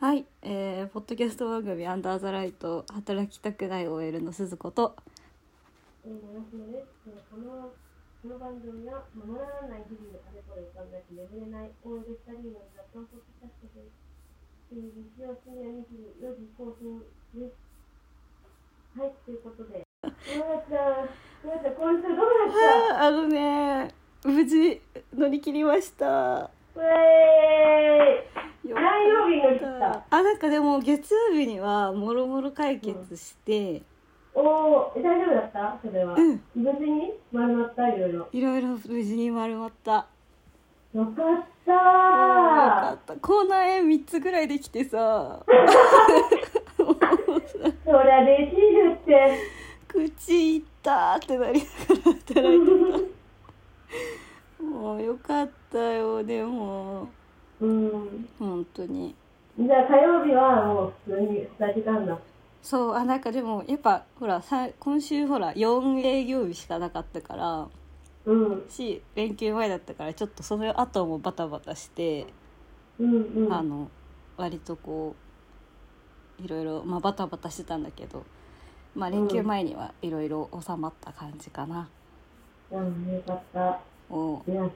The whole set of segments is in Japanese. はい、えー、ポッドキャスト番組「アンダーザライト」働きたくない OL の鈴子とえー、長島です、えーこのこの番組は守らない日々のあれこれ考えて眠れないオールスタリーの雑感ポッドキャストです、えー、日曜深夜24時更新ですはい、ということでどうなっちゃうどうなっちゃう今週どうなっちゃうあのね無事乗り切りましたうえーいよ何曜日に乗ったあなんかでも月曜日にはもろもろ解決して、おー、え大丈夫だったそれは、うん無事に丸まったいろいろいろいろ無事に丸まったよかったあーよかった口内炎3つぐらいできて さそりゃできるって口痛ーってなりながら働いてたもうよかったよでもうん本当にじゃあ火曜日はもう普通に2時間だ。そうあなんかでもやっぱほらさ今週ほら4営業日しかなかったからうん。うんし連休前だったからちょっとその後もバタバタして、うん。あの割とこういろいろ、まあ、バタバタしてたんだけど、まあ、連休前にはいろいろ収まった感じかな。うん、よかった。おう いや、めっ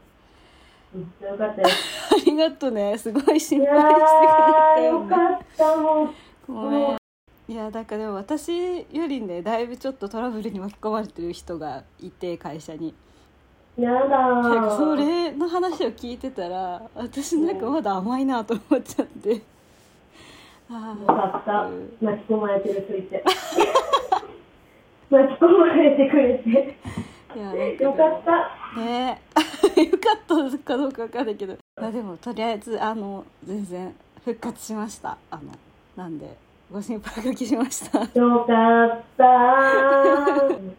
ちゃよかったよ。ありがとねすごいい心や配してくれー、たよよね。かった、もう。ごめんいやだからでも私よりねだいぶちょっとトラブルに巻き込まれてる人がいて会社にやだなんかー。それの話を聞いてたら私なんかまだ甘いなと思っちゃってあよあかった。巻き込まれてる人いて。巻き込まれてくれいやなんて。よかっかた。でもね よかったかどうかわかんないけどまあでもとりあえずあの全然復活しましたあのなんでご心配おかけしましたよかった ー。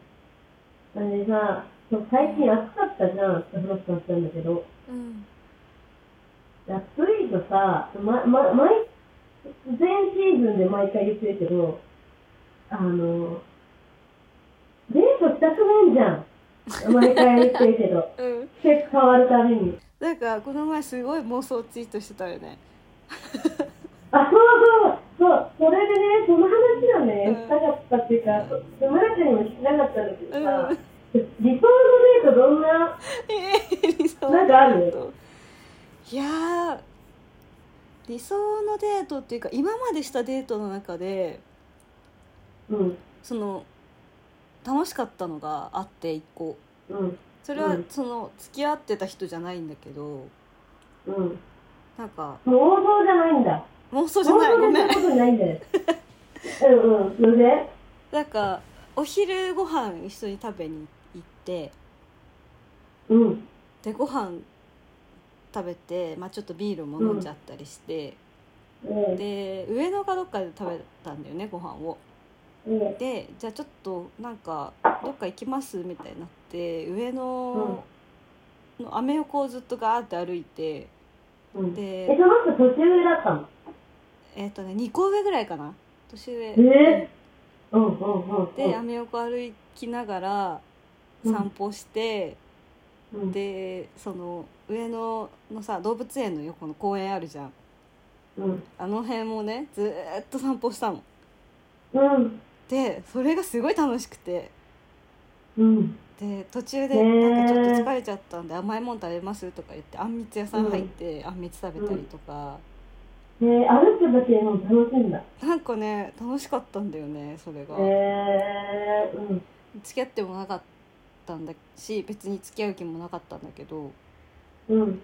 あれさ、最近暑かったじゃんって話だったんだけど。うん。暑いとさ、ま、ま、毎、全シーズンで毎回言ってるけど、あの、デートしたくないじゃん。毎回言ってるけど うん季節変わるたびに。なんかこの前すごい妄想ツイートしてたよね あ、そうそう、そう、それでね、その話をうんね、したかったっていうか、そ村ちゃんにも聞きたかったんだけどさ、うん理想のデートどんな、えー理想なんかあるいやー理想のデートっていうか今までしたデートの中でうん、その楽しかったのがあって一個うん、それはうんその付き合ってた人じゃないんだけどうん。なんかもう王道じゃないんだ。妄想王じゃないご道めでんすることないんだ よ。うんうん、それでなんかお昼ご飯一緒に食べに行ってうん。でご飯食べて、まあ、ちょっとビールも飲んじゃったりして、うんで上野かどっかで食べたんだよねご飯を。うんでじゃあちょっとなんかどっか行きますみたいになって上野のアメ横をずっとガーって歩いてうんえ、でその人年上だったのえっ、とね2個上ぐらいかな年上えうんうんうん。でアメ横歩きながら散歩して、うん、でその上野のさ動物園の横の公園あるじゃんうん。あの辺もねずーっと散歩したのうん。でそれがすごい楽しくてうん。で途中でへーなんかちょっと疲れちゃったんで甘いもん食べますとか言ってあんみつ屋さん入ってあんみつ食べたりとか、えー、歩くだけでも楽しいんだ。なんかね楽しかったんだよねそれが、えー、うん。付き合ってもなかったんだし別に付き合う気もなかったんだけどうん。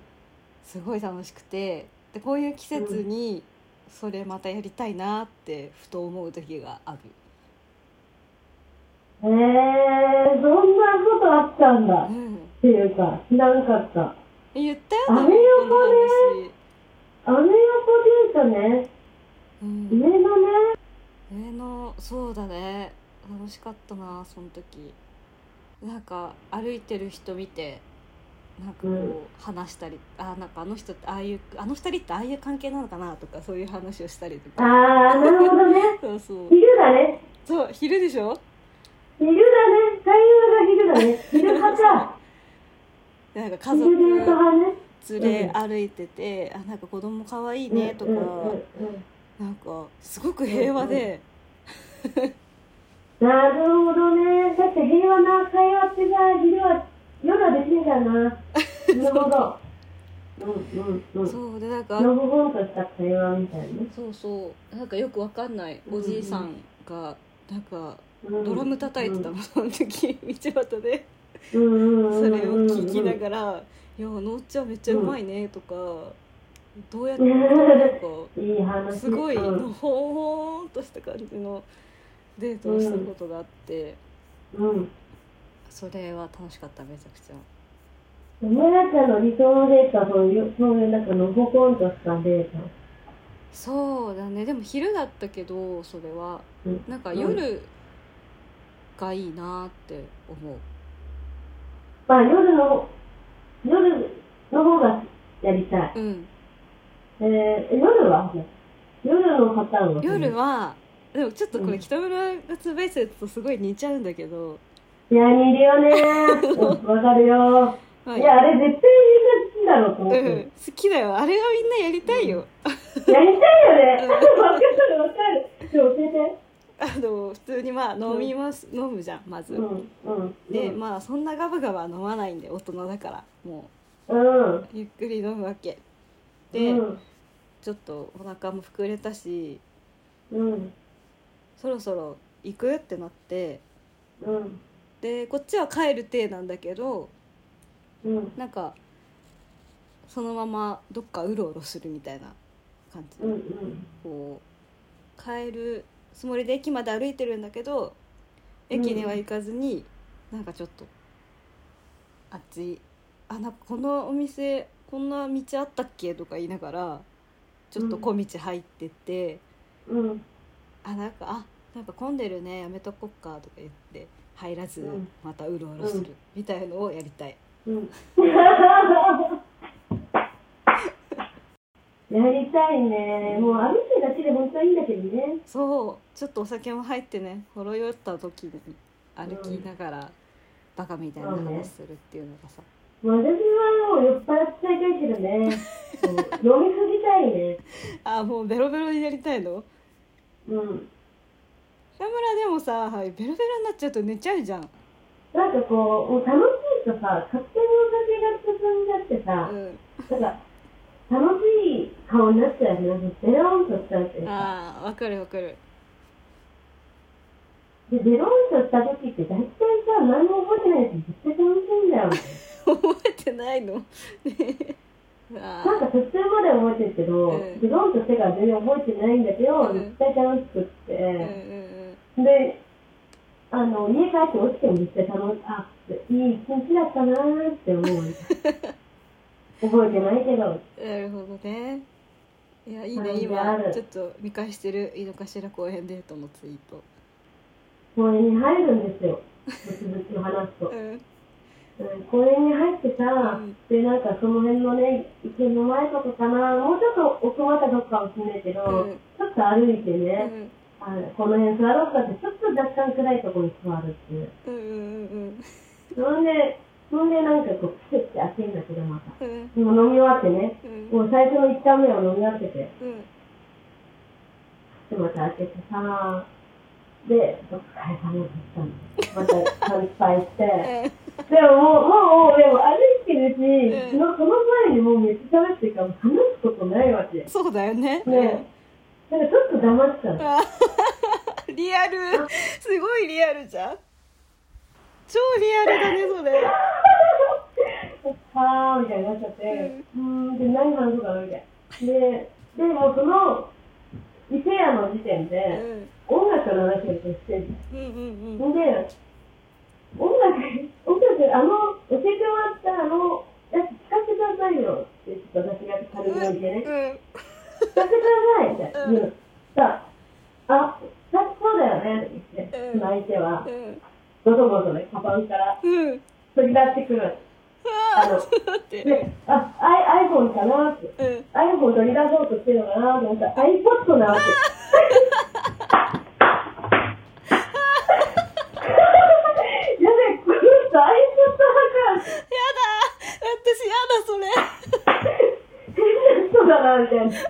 すごい楽しくてでこういう季節にそれまたやりたいなってふと思う時があるえー、そんなことあったんだ。うっんていうか、知らんかった。え言ったよあ多分れよこの話、アメ横で言うとね、うん上のね、上のそうだね楽しかったなその時なんか歩いてる人見てなんかこうんう話したり、あなんかあの人ってああいうあの二人ってああいう関係なのかなとかそういう話をしたりとあかー、なるほどね。 そうそう昼だね。そう昼でしょ昼だね。太陽が昼だね。昼派か。なんか家昼デー族ト派ね。連れ歩いてて、あなんか子供可愛いねとか、うんうんうんうんなんかすごく平和で、なるほどね。だって平和な会話ってさ、昼は、夜はできるん だな。なるほど。うんうんうん。そうでなんかのほほんとした会話みたいなね。そうそうなんかよくわかんないおじいさんがなんかうんドラム叩いてたのその時 道端でうんうんうんそうんれうんを聞きながら「いやのっちゃんめっちゃうまいね」とかどうやってうんなんかいい話。すごいうんのほほんとした感じのデートをしたことがあってうん。それは楽しかっためちゃくちゃ。山田ちゃんの理想のデートはそういう、そういうなんかのほほんとしたデート。そうだねでも昼だったけどそれはうんなんかうん夜がいいなって思うまあ夜の、夜の方がやりたい。うんえー、夜は夜のパターンは夜はでもちょっとこうれん北村夏ベースとすごい似ちゃうんだけど、いや、似る よねー。うんわかるよまあー。いや、あれ絶対みんな好きだろうとう思ん、って。好きだよあれはみんなやりたいよ、やりたいよね。うん わかるわかる。ちょ、教えて。あの普通にまあ飲みます、飲むじゃんまず、うん、うん。でまあそんなガバガバ飲まないんで大人だからもうん。うゆっくり飲むわけで、うん。ちょっとお腹も膨れたしうん。そろそろ行くってなってうん。でこっちは帰る体なんだけどうん。なんかそのままどっかうろうろするみたいな感じ、うん。うん。こう帰るつもりで駅まで歩いてるんだけど駅には行かずに、なんかちょっとあっちあなんかこのお店こんな道あったっけとか言いながらちょっと小道入ってって、うん。あなんかあなんか混んでるねやめとこっかとか言って入らずうんまたうろうろするみたいのをやりたい。うん。 やりたいね。もう歩いてるだけで本当はいいんだけどね。そうちょっとお酒も入ってねほろ酔った時に歩きながら、バカみたいな話するっていうのがさ、もう私はもう酔っ払っちゃいたいけど ね。もう飲みすぎたいね。あもうベロベロになりたいのうん。北村でもさ、はい、ベロベロになっちゃうと寝ちゃうじゃん、なんかこう、もう楽しいとさ、勝手にお酒が進んじゃってさう、ん、なんか、楽しい顔になっちゃうよね。なんかベロンとしちゃうっていうか。あーわかるわかる で、ベロンとした時って大体さ、何も覚えてないし、絶対楽しいんだよ。覚えてないのねあなんか途中までは覚えてるけど、うんベロンとしてから全然覚えてないんだけど、うん絶対楽しくっーうんうんて。で、あの、家帰って落ちてもめっちゃ楽しあ、いい一日だったなーって思う。 覚えてないけど。うんなるほどねいやいいね感じあ今るちょっと見返してる井の頭公園デートのツイート公園に入るんですよ。ぶつぶつ話すとう。んうん公園に入ってさ、うんで、なんかその辺のね、池の前とかかな、もうちょっと奥まったとこかもしれないけど、うんちょっと歩いてうね、んあのこの辺座ろうかって、ちょっと若干暗いところに座るっていう。うんうんうんそんで、そんでなんかこう、プチって開けんだけど、また。うんもう飲み終わってね、うんもう最初の1回目は飲み終わってて、うんで、また開けてさ、で、どっかへ行ったの。また乾 杯して。でももう、もう、でも歩いてるし、そのその前にもうめっちゃ喋ってるから、話すことないわけ。ねそうだよね。なんかちょっと黙っちゃう。あリアル、すごいリアルじゃん。超リアルだね、それ。はーみたいになっちゃって、うーん、で、何話そうかな、みたいな。で、でもうその、伊勢屋の時点うで、ん、音楽の話をしてる。うん、うん、うん。ほんで、音楽、音楽、あの、教えてもらったあの、やつ聞かせてくださいよって、ちょっと私が軽く言ってね。うん、聞かせてくださいみたいな。さあ、あ、さそうだよねって言って、うん相手は、うん、ごそごそね、カバンからうん。取り出してくる。ああー、の、待って。で、あ、アイ iPhone かなって。うん、 iPhone 取り出そうとしてるのかなと思ったら iPod な わけ。やべ、この人 iPod 派か。やだ、私やだ、それ。そうだな、みたいな。え、マジっ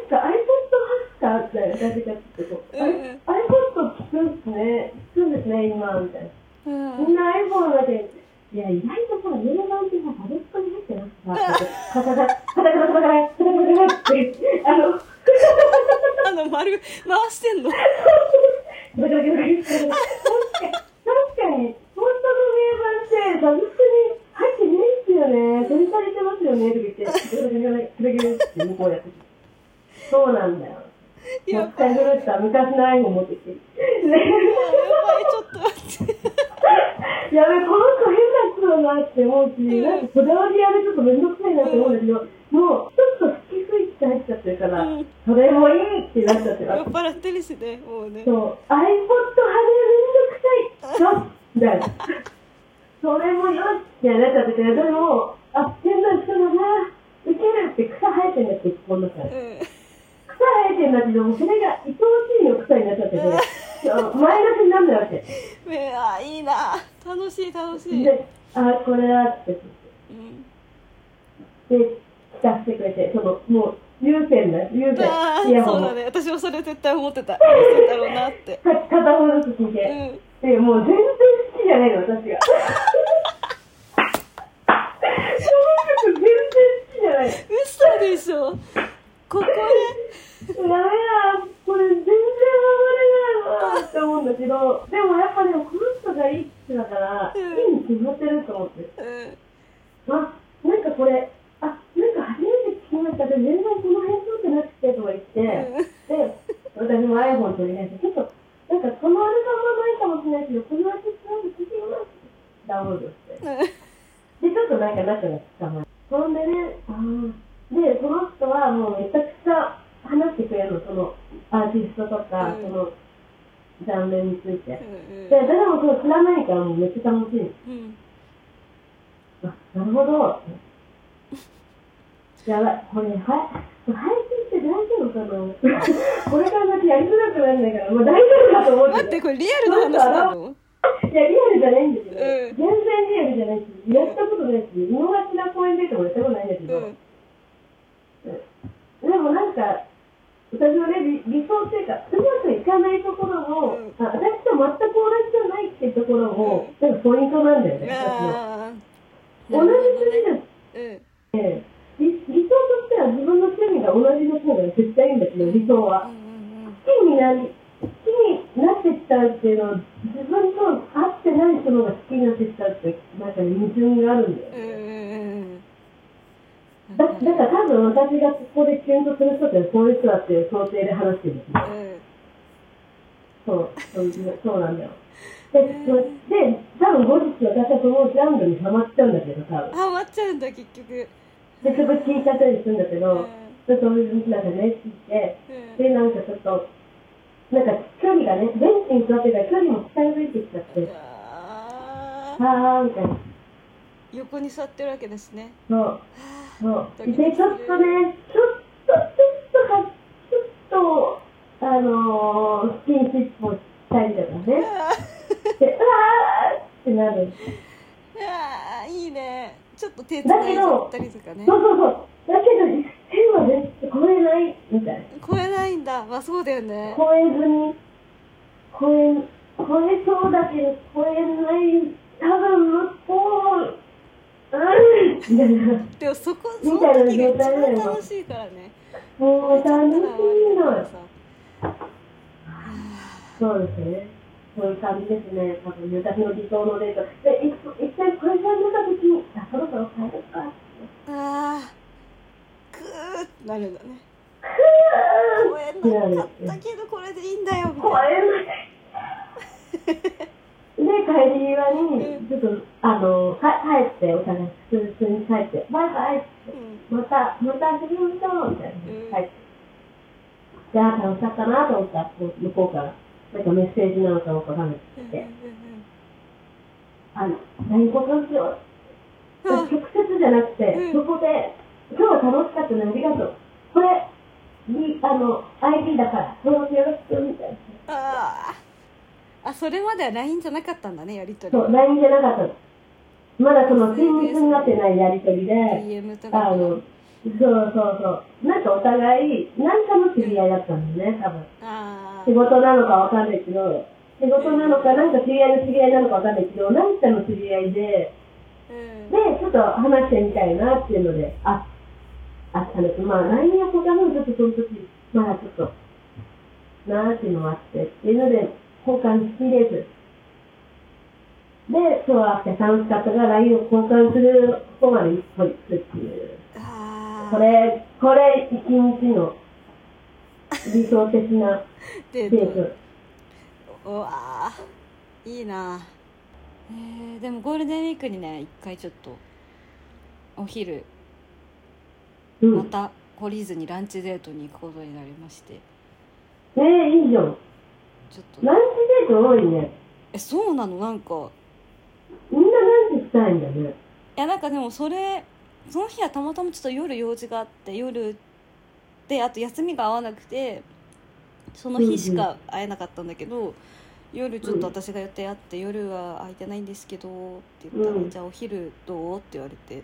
すか iPod チャチャってこう、うあれんあれ結構効くんですね、効くんですね、今、みたいな。うんみんな iPhone だけ、いや、意外とさ、入盤ってさ、パネットに入ってなくてさ、カタカタ、カタカタカタカタカタカタって、あの、あの丸回してんのドキドキドキしてる。確かに、本当の入盤って、パネットに入ってないっすよね、取りされてますよね、とか言って、ドキドキドキドキドキドキって向こうやってそうなんだよ。いもやったいなかった、昔の iPhone 持ってきて。やばいちょっと待ってやべ、この子変な人だなって思うし、なんかこだわりやるちょっとめんどくさいなって思うんだけど、もうちょっと好きすぎて入っちゃってるから、うんそれもいいってなっちゃって酔まっ払ってるしねもうねそう、iPod 派でめんどくさいよみたいな。それもよしってなっちゃってて、でも、あ、変な人だな、ウケるって草生えてんだって、こんな感じ。うん草生えてんだけど、もうそれが愛おしいの草になっちゃってて、そうマイナスになるんだわけ。ねあいいな楽しい楽しい、で、あ、これだって。うん、で、聞かせてくれて、その、もう、優先な、優あ先。イーヤホそうンだを。ね私もそれ絶対思ってたどうしてんだろうなってか片方ずつ聞いて。うで、もう全然好きじゃないの、私が。 この曲全然好きじゃない。嘘でしょここダメだ、これ全然守れないわって思うんだけど、でもやっぱでもこの人がいいってだから、いうんいに決まってると思って。で、うん、あ、なんかこれ、あ、なんか初めて聞きました。で、全然この辺通ってなくてとか言って、で、私も iPhone 取り出して、ちょっと、なんかこのアルバムはないかもしれないけど、このアーティストなんか聞いてみますってダウンロードして。で、ちょっとなんか仲がつかまえそんでね、あーで、その人はもうめちゃくちゃ話してくれるの、そのアーティストとか、うんそのジャンルについうて。で、ん誰もその知らないからもうめっちゃ楽しいの。うんうんあなるほど。やばい、これ、は配信って大丈夫かなこれから先やりづらくなるんだから、もう大丈夫だと思っ待てっててこれリアルな話なのいや、リアルじゃないんだけど、うん全然リアルじゃないし、やったことないし、見逃しな公演出てもやったことないんだけうど、んでもなんか、私はね、理理想っていうか、うまくいかないところも、うんあ私と全く同じじゃないっていうところも、なんかポイントなんだよね、私のあー同じ趣味だうん理理想としては自分の趣味が同じの方が絶対いいんだけど、理想うは。ん好きになり、好きになってきたっていうのは、自分と合ってない人の方が好きになってきたって、なんか矛盾があるんだようんうんうね。んうんだだから多分私がここでキュンとする人ってこういう人だっていう想定で話してるんですよ。うんそう、そうそうなんだよ。で、まで多分後日私はそのジャンルにハマっちゃうんだけど、多分。ハマっちゃうんだ結局で、そこ聞いちゃったりするんだけうんど、でそういうなんかね、聞いて、うんで、なんかちょっと、なんか距離がね、ベンチに座ってるから距離も近づいてきちゃって、あーあーみたいな。横に座ってるわけですねそう、そう。で、ちょっとね、ちょっと、ちょっとは、ちょっと、あのー、スキンシップをしたりとかね。あーで、うわーってなる。あーいいねちょっと手繋いじゃったりとかねそうそうそう。だけど、一点はね、超えない、みたいな。超えないんだまあそうだよね超えずに、超え、超えそうだけど、超えない、多分向こう、うん、みたいな。でもそこそみのたいな時が一状態だよ番ね楽しいからねもう楽しいの。さそうですね。そういう感じですね。多分、私の理想のデート。で、一一回これが出た時に、あ、そろそろ帰るか。あーグーってなるんだねう超ーんえなかったけどこれでいいんだよみたい超なえない。 で、帰り際に、ちょっと、あの、か帰って、お互い、普通に帰って、バイバイ。うまた、また遊びましょうみたいうんな。はい。じゃあ楽しかったなと思ったら、こう向こうから、なんかメッセージなのかわからないんって、あの、何交換しよう。うんうん直うんあ接じゃなくて、うんそこで、今日は楽しかったね、ありがとう。これ、いあの、ID だから、登録よろしく、みたいな。あーあそれまでは LINE じゃなかったんだねやりとりそう、LINE じゃなかったの。まだその、親密になってないやりとりで、 DM とかあの、そうそうそう。なんかお互い、なんかの知り合いだったんだね、多分。ああ仕事なのかわかんないけど、仕事なのか、なんか知り合いの知り合いなのかわかんないけど、何かの知り合いで、で、うちょっと話してみたいなっていうので、あ、あったんです。まあ、来年は他もちょっとその時、まあちょっと、なーっていうのもあって、っていうので、交換しきれず。で、今日は楽しかったから、LINE を交換する方まで一歩行くっていんう。あこーれ、これ、一日の理想的なデデーートト。うわーいいなえーでもゴールデンウィークにね一回ちょっとお昼うまん。た懲りずにランチデートに行くことになりましてえー、いいじゃん。ちょっとランチデート多いね。えそうなのなんかみんなランチしたいんだね。いやなんかでもそれその日はたまたまちょっと夜用事があって夜であと休みが合わなくてその日しか会えなかったんだけど、夜ちょっと私が予定あって、夜は空いてないんですけどって言ったら、うんじゃあお昼どうって言われて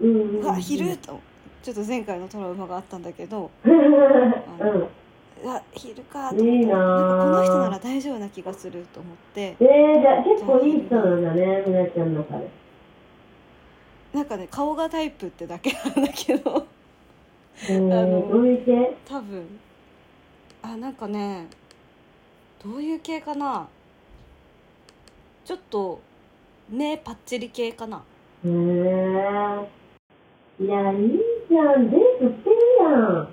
うん「うん。うわ昼!」とちょっと前回のトラウマがあったんだけど う「ん。うわ昼か」と思っいていななんぁかこの人なら大丈夫な気がすると思ってえー、じゃあ結構いい人なんだね、みなちゃんの中で。なんかね顔がタイプってだけなんだけど。 えー、あのお店多分あなんかねどういう系かなちょっと目パッチリ系かなえー。いや、いいじゃん。デートしてるやん。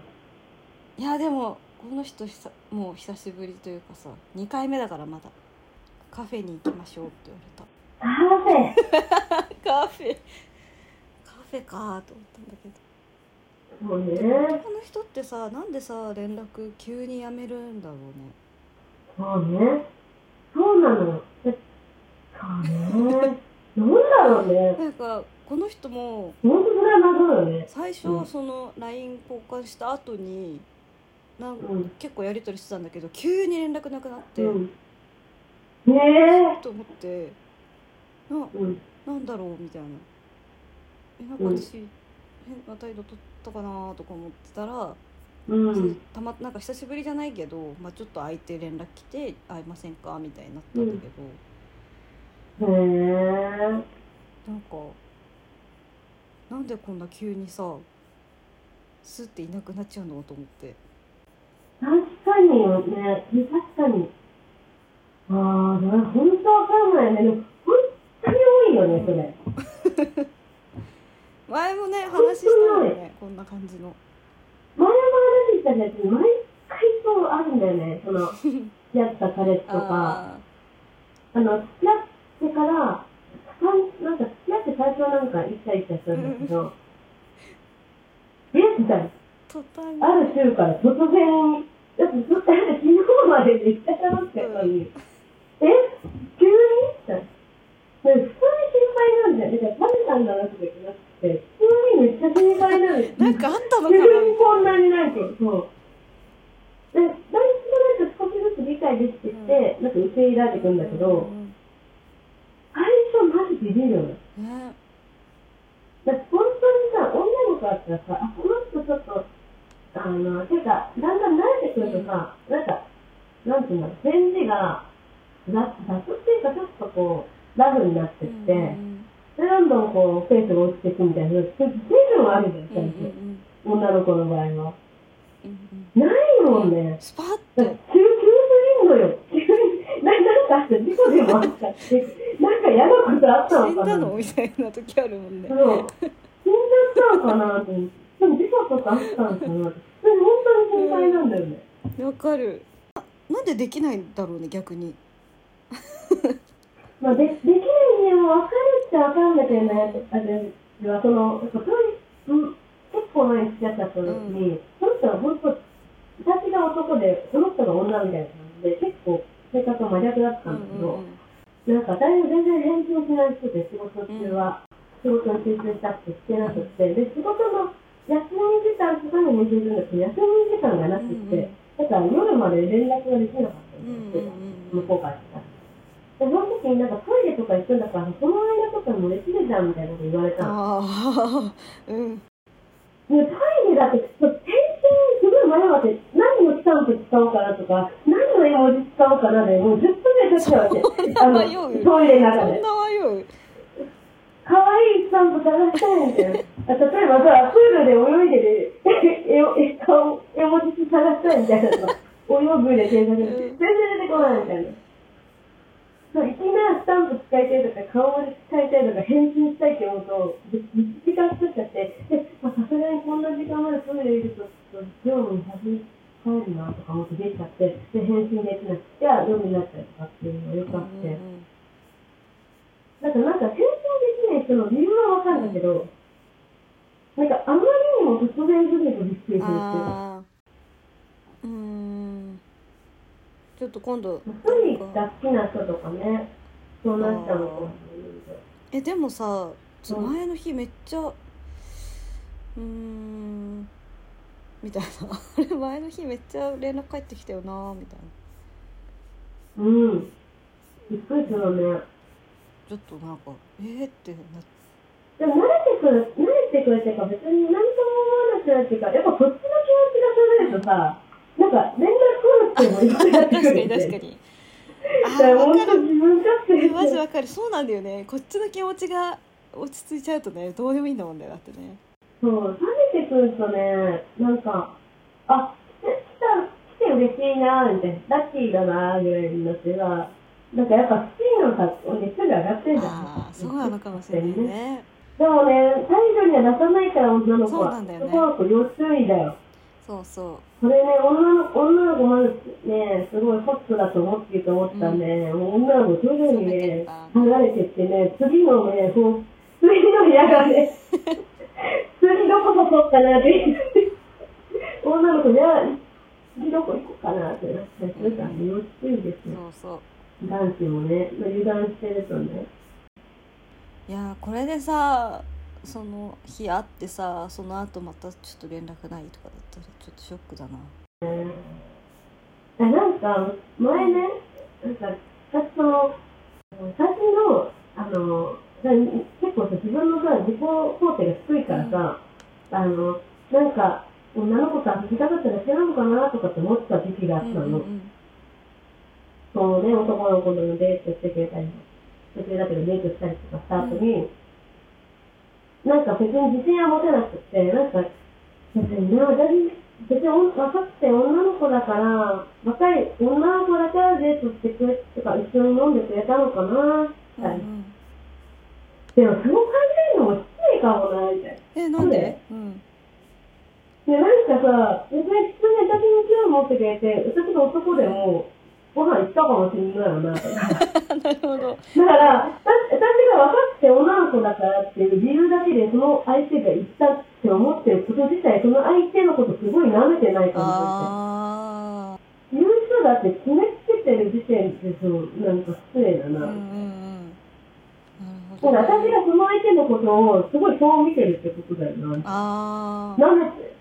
いやでもこの人久もう久しぶりというかさ2回目だからまだカフェに行きましょうって言われカフェ。たカフェカフェかーと思ったんだけどそうね。この人ってさなんでさ連絡急にやめるんだろうねそうね。そうなの。えそうね。なんだろうね。なんかこの人も本当それは謎だよね。最う初んその LINE 交換した後になんかうん。結構やり取りしてたんだけど急に連絡なくなって、うん。ねえ。と思ってなうん。なんだろうみたいなえなんかうん私、変な態度取ったかなとか思ってたら、うん。たまなんか久しぶりじゃないけど、まあ、ちょっと空いて連絡来て会いませんかみたいになったんだけど、へえ。なんかなんでこんな急にさスっていなくなっちゃうのと思って確かによね。確かに。ああ、だから本当わかんないね。でも本当に多いよね、それ。前もね話したよねこんな感じの。前も話したやつに毎回そうあるんだよね。その、やった彼とか。ああの、付き合ってから、さんなんか付き合って最初はなんかイチャイチャしたんだけど、えみたいな。ー途端にある週から突然、だってずっと昨日までめっちゃ楽しかったのに、え急にみたいな。で普通に心配なんだよ。だから、誰なんだなってなくて、普通にめっちゃ心配なんですなんかあったのか自なみ分こんなにないと、そう。で、だいぶなんか少しずつ理解できてきて、なんか受け入れられてくんだけど、最初マジビビるよね。ねだって本当にさ、女の子だったらさ、あ、この人ちょっと、あの、てか、だんだん慣れてくるとさ、なんか、なんていうの、返事が、雑雑っていうか、ちょっとこう、ラフになってって、で、どんどんこう、ペースが落ちていくみたいな、ちょっと随分あるじゃん、うんうんうんう最初。ん女の子の場合は。うんないもんねうん。スパッだてって急、急すぎんのよ。急に、ななんかあって、事故でもあっ たし、なんか嫌なことあったの死んかな。だのみたいな時あるもんねそう。死んじゃったのかなと思って。でも、事故とかあったのかなでも、本当に心配なんだよね。わかるあなんでできないんだろうね逆にまあ、で、できる人間も分かるっちゃ分かるんだけどね。あれは、その、そこに、うん、結構前に付き合っちゃった時に、その人は本当、私が男で、その人が女みたいな感じで、結構、性格が真逆だったんだけど、なんか誰も全然返事をしない人で仕事中は、仕事に集中したくてしてなくて、で、仕事の休み時間とかに練習するんだけど、休み時間がなくて、だから夜まで連絡ができなかったんですよ、向こうからしたら。で、その時になんかトイレとか行くんだから、その間とかもできるじゃんみたいなこと言われたの。ああーうんで、トイレだって、ちょっとテンションすごい迷わせ、何をスタンプ使おうかなとか、何の絵文字使おうかなで、もう10分ぐらい経っちゃうわけ。あの、迷うトイレのそ中でん。な迷う可愛いスタンプ探したいみたいな。あ例えばさ、プールで泳いでる絵を絵顔絵文字探したいみたいなの。泳ぐで検索してうん全然出てこないみたいな。そういきなりスタンプ使いたいとか、顔文字使いたいとか、返信したいって思うと、時間作っちゃって、でまあさすがにこんな時間までプールいると、ちょっと業務に走り帰るなとか思って出ちゃって、で返信できない。じゃあ、業務になっちゃうとかっていうのがよくあって。なんか、なんか、返信できない人の理由はわかるんだけど、なんか、あまりにも突然すぎるとびっくりするっていうか、あーうーんちょっと今度一人が好きな人とかね、そうなっちゃうのかもしれないけどえでもさつうん前の日めっちゃうーんみたいなあれ前の日めっちゃ連絡返ってきたよなみたいなうん。びっくりするよね。ちょっとなんかえー、ってなでも、慣れてくる、慣れてくれてるから別に何とも思わなくなるっていうか、やっぱこっちの気持ちがそれるとさ、なんか、連絡来るってもいい確かに確かに。にだあから、ー本わか当る自分勝手 マジわかるそうなんだよねこっちの気持ちが落ち着いちゃうとねどうでもいいんだもんねだってねそう、冷めてくるとね、なんか、あ、来た、来て嬉しいな、みたいな、ラッキーだな、ぐらいになってさ、なんかやっぱ好きのさ、熱が上がってるじゃん。ああそうなのかもしれないねでもね、態度には出さないから、女の子は。そうなんだよね男の子要注意だよ。そうそこれね、女の女の子まずね、すごいホットだと思ってると思ってたんで、もう女の子徐々にね、離れてってね、次のね、こう、次の部屋がね、次どこ誘こうかなって、女の子じゃあ、次どこ行こうかなってなって、それからね、よろしいですうね。そうそう男子もね、油断してるとね。いやーこれでさその日会ってさその後またちょっと連絡ないとかだったらちょっとショックだなあなんか、前ね、なんか、私その、最近の、あの、結構さ、自分のさ、自己肯定が低いからさ、あの、なんか、女の子と遊びたかったら違うのかなとかって思ってた時期があったの。うんそうね、男の子のデートしてくれたり、途中だけどデートしたりとかした後に、なんか別に自信は持てなくて、なんか、別にね、私、別に若くて女の子だから、若い女の子だからデートしてくれとか、一緒に飲んでくれたのかうなんはいうんでも、その考えるのも失礼かもな、みたいな。えなんで、うん、で、なんかさ、別に普通に私に興味持ってくれて、私が男でも、ご飯行ったかもしれないよな、とか。 なるほどだから、だ私が分かって女の子だからっていう理由だけで、その相手が言ったって思ってること自体、その相手のことすごい舐めてないと思って。あ言う人だって決めつけてる時点で、その、なんか失礼だあうんうんうな。んなるほど、だから私がその相手のことをすごいそう見てるってことだよな。ああ舐めて、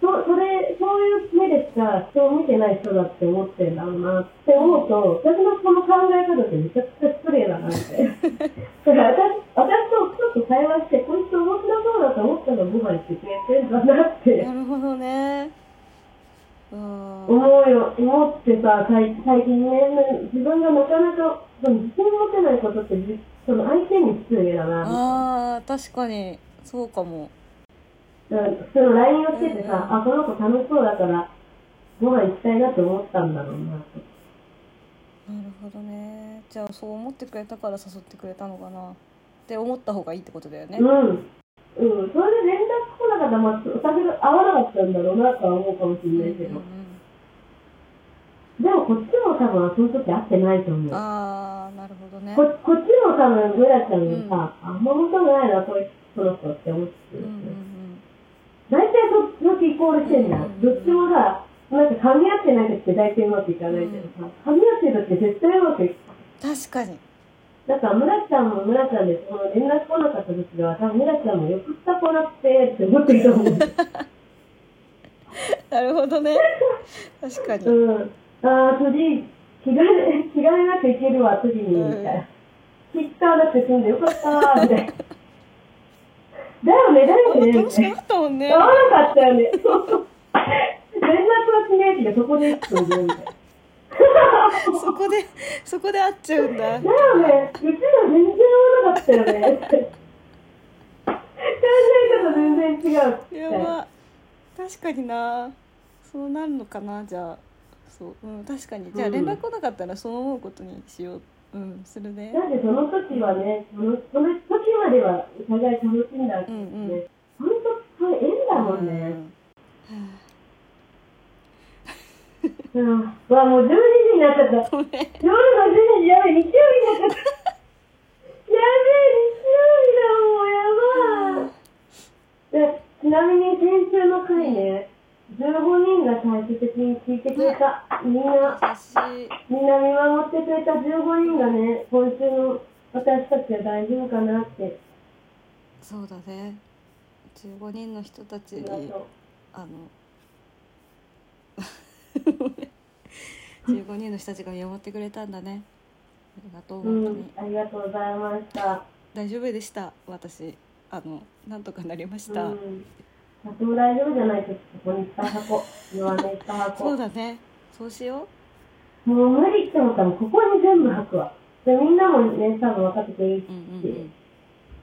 そそれ、そういう目でしか人を見てない人だって思ってるんだろうなって思うと、私のこの考え方ってめちゃくちゃ失礼だ なって。だから私、私とちょっと会話して、こいつ面白そうだと思ったらご飯行ってくれてんだなってなるほどねうん思うよ、思ってさ、最最近ね、自分がなかなか、その自信持てないことって、じその相手に失礼だな。あー確かにそうかもだからその LINE をしててさ、うんあ、この子楽しそうだから、ご飯行きたいなって思ったんだろうなと。なるほどねじゃあそう思ってくれたから誘ってくれたのかなって思った方がいいってことだよね、うん。うん、それで連絡来なかったら、まあ、お酒が合わなかったんだろうなとは思うかもしれないけど、でもこっちも多分その時会ってないと思う。ああなるほどねここっちも多分、グラちゃんにさ、あんま求めないな、これ、この人って思ってうんうるよんね。大体そっちイコールしてんじゃん。どっちもさ、なんか噛み合ってない時って大体うまくいかないけどさ、噛み合ってる時って絶対うまくいうく。ん確かにだから、村ちゃんも村ちゃんで、その連絡来なかった時は、多分村ちゃんもよくした子だって、って思ってると思う。なるほどね確かに、うん。ああ、辻、気が 気兼ねなくいけるわ、辻に、みたいな。ツイッターだって済んでよかったー、みた いな。だよね、だよあんまね。楽しくなかったもんね合わなかったよね。そうそう。連絡はしないけど、そこで一個言うみたいな。そこでそこで会っちゃうんだだよね、うちら全然合わなかったよね。考え方全然違う。やば確かになそうなるのかなじゃあそう、うん、確かにじゃあうん連絡来なかったらそう思うことにしよううんするねなんでその時はね、そのその時まではお互い楽しんだうけんどうんね、本当、それ縁だもんね。うん。わ、もう12時になっちゃった。ごめん夜の12時、やべえ、日曜日になっちゃった。やべえ、日曜日だ、もう、やばい。でちなみに先週の回ね、15人が最終的に聞いてくれた。みんな、優しいみんな見守ってくれた15人がね、今週の私たちは大丈夫かなって。そうだね15人の人たちありにがとあの15人の人たちが見守ってくれたんだねありがとうう。う本当に、ん、ありがとうございました。大丈夫でした私あのなんとかなりましうた、ん。とても大丈夫じゃないと、ここにいっぱい箱。弱音いっぱい箱。そうだねそうしよもう無理って思ったら、ここに全部吐くわ。で、みんなもね、多分分かってくれるううし、んうん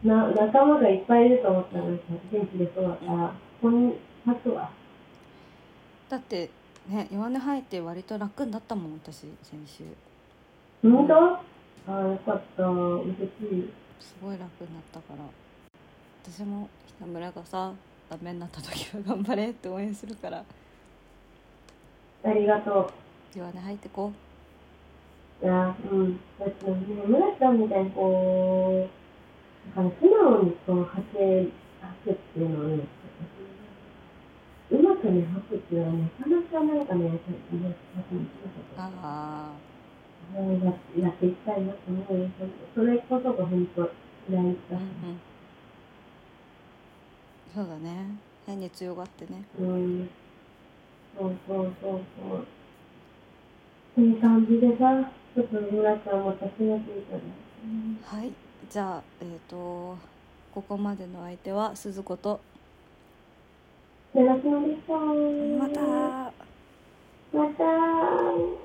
な、仲間がいっぱいいると思ったら、なんか元気でそうだから、ここに吐くわ。だってね弱音吐いて割と楽になったもん私先週本当ああ、よかった。嬉しい。すごい楽になったから私も北村がさダメになった時は頑張れって応援するからありがと弱音吐いてこう。いや、うん。だってね、村木さんみたいにこう、なんか素直にこう、吐け、吐くっていうのはね、うまくね、吐くっていうのはね、なかなかなんかね、いや多分できなかったうああうんややっていきたいなと思うよ。それこそが本当、大事うんう。だんそうだね変に強がってねうん。そうそうそうそう。っていう感じでさ、ちょっと村ちゃんも私のついたね。はいじゃあえっ、とここまでの相手は鈴子とよろしくお願いします。また。またー。